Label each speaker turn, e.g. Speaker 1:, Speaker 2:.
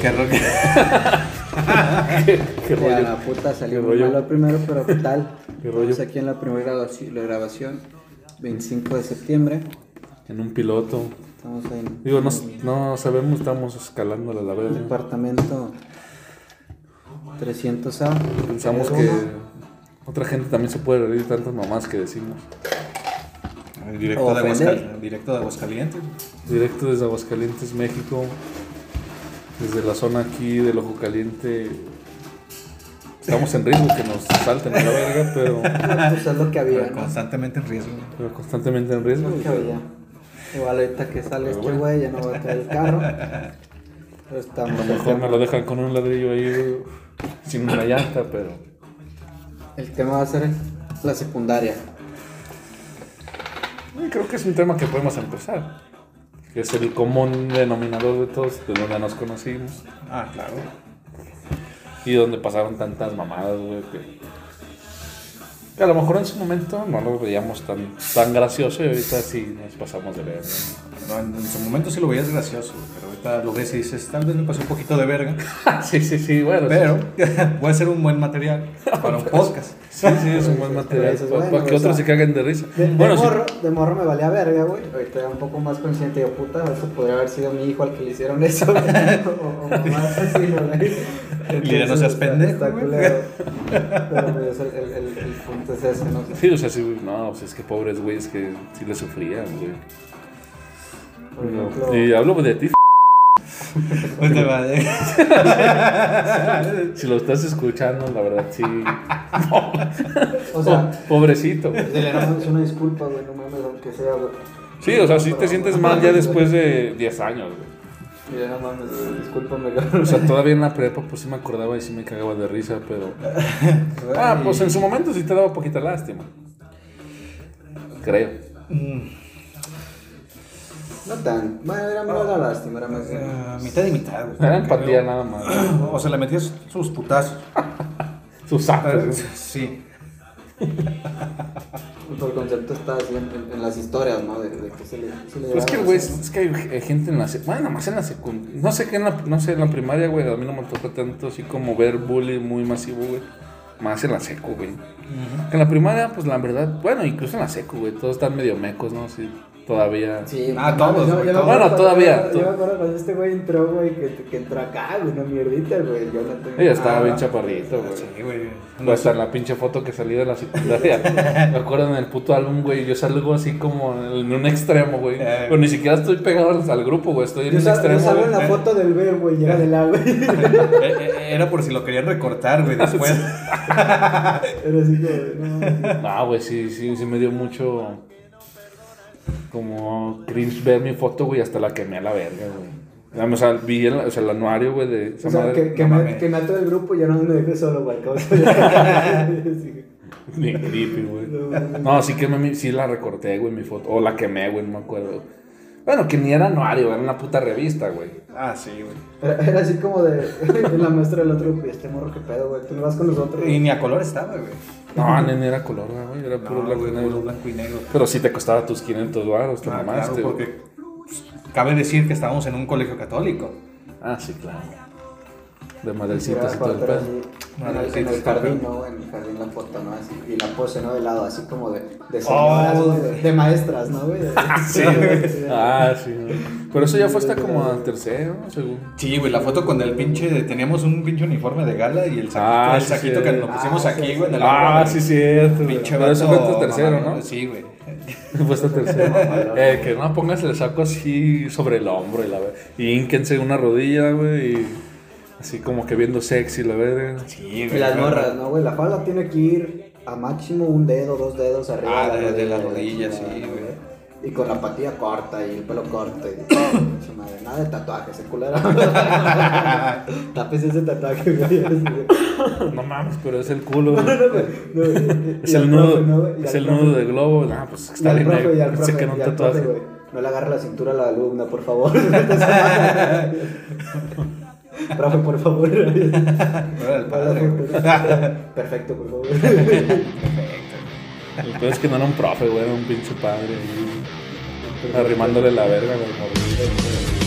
Speaker 1: Qué ro-
Speaker 2: qué, qué
Speaker 3: Mira,
Speaker 2: rollo.
Speaker 3: la puta salió
Speaker 2: Qué
Speaker 3: muy
Speaker 2: rollo.
Speaker 3: malo primero, pero tal.
Speaker 2: Qué rollo.
Speaker 3: Estamos aquí en la primera grabaci- la grabación, 25 de septiembre.
Speaker 2: En un piloto.
Speaker 3: Estamos en
Speaker 2: Digo, no, no sabemos, estamos escalando la
Speaker 3: un
Speaker 2: vez. ¿no?
Speaker 3: departamento 300A.
Speaker 2: Pensamos que otra gente también se puede reír de tantas mamás que decimos.
Speaker 1: El Directo de,
Speaker 3: Ofender.
Speaker 1: Aguascal- directo de Aguascalientes.
Speaker 2: Directo desde Aguascalientes, México. Desde la zona aquí del Ojo Caliente. Estamos en riesgo que nos salten a la verga, pero,
Speaker 3: Pues es lo que había,
Speaker 1: pero
Speaker 3: ¿no?
Speaker 1: constantemente en riesgo.
Speaker 2: pero constantemente en riesgo.
Speaker 3: Es lo que había. Igual ahorita que sale este
Speaker 2: bueno.
Speaker 3: güey ya no va a traer el carro. Pero estamos
Speaker 2: A lo mejor me lo dejan con un ladrillo ahí, güey, sin una llanta, pero.
Speaker 3: El tema va a ser la secundaria.
Speaker 2: eh, Creo que es un tema que podemos empezar. Que es el común denominador de todos, de donde nos conocimos.
Speaker 1: Ah, claro.
Speaker 2: Y donde pasaron tantas mamadas, güey, que... que a lo mejor en su momento no lo veíamos tan, tan gracioso y ahorita sí nos pasamos de ver.
Speaker 1: No, en, en su momento sí lo veías gracioso, pero ahorita lo ves y dices, tal vez me pasé un poquito de verga,
Speaker 2: sí, sí, sí, bueno.
Speaker 1: pero voy a hacer un buen material para un podcast.
Speaker 2: Sí, sí, es un buen material.
Speaker 3: Pero dices,
Speaker 2: para
Speaker 3: bueno,
Speaker 2: que
Speaker 3: o sea,
Speaker 2: otros se caguen de risa.
Speaker 3: De, de
Speaker 2: bueno, sí.
Speaker 3: morro, de morro me valía verga, güey. Ahorita ya un poco más consciente, yo puta, eso podría haber sido mi hijo al que le hicieron eso, güey. o, o mamás así, güey.
Speaker 1: Y ya no
Speaker 3: Entonces,
Speaker 1: seas
Speaker 3: está-
Speaker 1: pendejo,
Speaker 3: está
Speaker 1: güey.
Speaker 3: culero. Pero pues, el, el, el, el punto es ese, ¿no?
Speaker 2: Sí, o sea, sí, güey, no, pues es que pobres güeyes que sí le sufrían, güey.
Speaker 3: Por ejemplo,
Speaker 2: Y hablo de ti,
Speaker 1: Pues te va de-
Speaker 2: si lo estás escuchando, la verdad sí.
Speaker 3: o sea,
Speaker 2: Oh, pobrecito. güey.
Speaker 3: de la nada es una disculpa, güey, no mames, aunque sea, güey.
Speaker 2: Sí, o sea, sí
Speaker 3: Pero,
Speaker 2: te sientes
Speaker 3: güey,
Speaker 2: mal ya después de 10 años, güey.
Speaker 3: Y ya no mames, güey, discúlpame,
Speaker 2: O
Speaker 3: cabrón.
Speaker 2: sea, todavía en la prepa, pues sí me acordaba y sí me cagaba de risa, pero. Ah, pues en su momento sí te daba poquita lástima. Creo.
Speaker 1: Mm,
Speaker 3: No tan. Bueno, era más la lástima, era más.
Speaker 1: eh, mitad y mitad. güey.
Speaker 2: Era empatía nada más.
Speaker 1: O sea, le metías sus putazos.
Speaker 2: Sus sacos.
Speaker 1: Sí.
Speaker 3: Por concepto está así en, en- en las historias, ¿no? De, de que se le. se le
Speaker 2: Pues es que,
Speaker 3: llevaba
Speaker 2: güey,
Speaker 3: así, ¿no?
Speaker 2: es que hay hay gente en la sec- Bueno, más en la secundaria. No sé qué en la, no sé, en la primaria, güey. A mí no me toca tanto así como ver bullying muy masivo, güey. Más en la seco, güey. En la primaria, pues la verdad, bueno, incluso en la seco, güey. Todos están medio mecos, ¿no? Sí, todavía.
Speaker 3: Sí,
Speaker 1: Ah,
Speaker 3: no,
Speaker 1: todos,
Speaker 3: yo-
Speaker 1: güey,
Speaker 3: yo me acuerdo
Speaker 1: todos.
Speaker 2: Bueno,
Speaker 3: cuando-
Speaker 2: todavía,
Speaker 3: Yo,
Speaker 2: tú.
Speaker 3: me acuerdo cuando este güey entró, güey, que, que entró acá, güey, una mierdita, güey. Yo no tengo.
Speaker 2: Ella estaba
Speaker 1: Ah,
Speaker 2: bien chaparrito, güey.
Speaker 1: Sí, güey.
Speaker 2: Pues hasta en la pinche foto que salí de la secundaria. Me acuerdo en el puto álbum, güey. Yo salgo así como en un extremo, güey.
Speaker 1: Eh.
Speaker 2: Pero ni siquiera estoy pegado al, al grupo, güey. Estoy en
Speaker 3: Yo
Speaker 2: un
Speaker 3: sal- yo
Speaker 2: extremo.
Speaker 3: salgo en
Speaker 2: güey.
Speaker 3: la foto del ver, güey, y era del A, güey.
Speaker 1: Eh, eh, Era por si lo querían recortar, güey, después.
Speaker 3: Era así como, no. mames.
Speaker 2: No, Ah, güey, sí, sí, sí me dio mucho. Como cringe ver mi foto, güey. Hasta la quemé a la verga, güey. Ah, O sea, vi el, o sea, el anuario, güey, de esa
Speaker 3: O sea,
Speaker 2: madre.
Speaker 3: que, que,
Speaker 1: no
Speaker 3: me,
Speaker 1: mames.
Speaker 3: que me ató el grupo y ya no me dejé solo, güey. cabrón. Sí,
Speaker 2: Ni creepy, güey.
Speaker 3: no mames.
Speaker 2: No, sí que me, sí la recorté, güey, mi foto. O la quemé, güey, no me acuerdo. Bueno, que ni era anuario, era una puta revista, güey.
Speaker 1: Ah, sí, güey.
Speaker 3: Era, era así como de, de la maestra del otro grupo. y Este morro, qué pedo, güey. Tú no vas con nosotros.
Speaker 1: Y ni a color estaba, güey.
Speaker 2: No, ni ni era color, güey, era puro
Speaker 1: No,
Speaker 2: blanco y
Speaker 1: güey,
Speaker 2: negro.
Speaker 1: puro blanco y negro.
Speaker 2: Pero sí te costaba tus 500 baros, te
Speaker 1: Ah,
Speaker 2: mamaste.
Speaker 1: claro,
Speaker 2: güey.
Speaker 1: porque cabe decir que estábamos en un colegio católico.
Speaker 2: Ah, sí, claro. De
Speaker 3: Sí,
Speaker 2: madrecitas
Speaker 3: era
Speaker 2: y todo el
Speaker 3: cuatro,
Speaker 2: pedo.
Speaker 3: así,
Speaker 1: No,
Speaker 3: en
Speaker 1: no,
Speaker 3: el-
Speaker 1: sí,
Speaker 3: en
Speaker 1: sí,
Speaker 3: el jardín,
Speaker 1: sí.
Speaker 3: ¿no? En el jardín la foto, ¿no? Así, y la pose, ¿no? De lado, así como de, de señoras,
Speaker 1: Oh.
Speaker 3: güey, de, de maestras, ¿no, güey?
Speaker 1: Sí, güey.
Speaker 2: Ah, sí. güey. Pero eso ya fue hasta como a tercero, ¿no? según.
Speaker 1: Sí, güey, la foto con el pinche. Teníamos un pinche uniforme de gala y el saquito,
Speaker 2: Ah,
Speaker 1: el
Speaker 2: sí,
Speaker 1: saquito
Speaker 2: sí.
Speaker 1: que nos pusimos
Speaker 3: Ah, sí,
Speaker 1: aquí, güey, en el
Speaker 2: Ah,
Speaker 1: árbol,
Speaker 2: sí,
Speaker 1: güey.
Speaker 2: cierto. güey.
Speaker 1: Pinche
Speaker 2: Pero eso fue hasta
Speaker 1: vato
Speaker 2: tercero,
Speaker 1: mamado,
Speaker 2: ¿no?
Speaker 1: Sí, güey.
Speaker 2: Fue hasta tercero. Eh, que no pongas el saco así sobre el hombro y la verga. Y ínquense una rodilla, güey. Y así como que viendo sexy, la verga.
Speaker 1: Sí,
Speaker 3: Y
Speaker 1: güey.
Speaker 3: las morras, ¿no, güey? La falda tiene que ir a máximo un dedo, dos dedos arriba.
Speaker 1: Ah, de- de la rodilla,
Speaker 3: rodillas,
Speaker 1: sí, güey.
Speaker 3: Y con la patilla corta y el pelo corto. Y, su madre, nada de tatuajes, el culera. Tápese ese tatuaje, güey. así de-
Speaker 2: No mames, pero es el culo, güey.
Speaker 3: No, y- y-
Speaker 2: Es
Speaker 3: y al
Speaker 2: el nudo,
Speaker 3: profe, ¿no, güey? Y
Speaker 2: es
Speaker 3: al
Speaker 2: el
Speaker 3: profe.
Speaker 2: nudo de globo. Ah, pues
Speaker 3: Y
Speaker 2: está
Speaker 3: al
Speaker 2: bien
Speaker 3: profe, y
Speaker 2: negro.
Speaker 3: al
Speaker 2: Pensé
Speaker 3: profe,
Speaker 2: que era un
Speaker 3: y al profe,
Speaker 2: tatuaje.
Speaker 3: güey, no le agarre la cintura a la alumna, por favor. profe, por favor.
Speaker 1: Era el padre, güey.
Speaker 3: Perfecto, por favor.
Speaker 2: El peor es que no era un profe, güey, era un pinche padre. ahí, Arrimándole la verga, güey.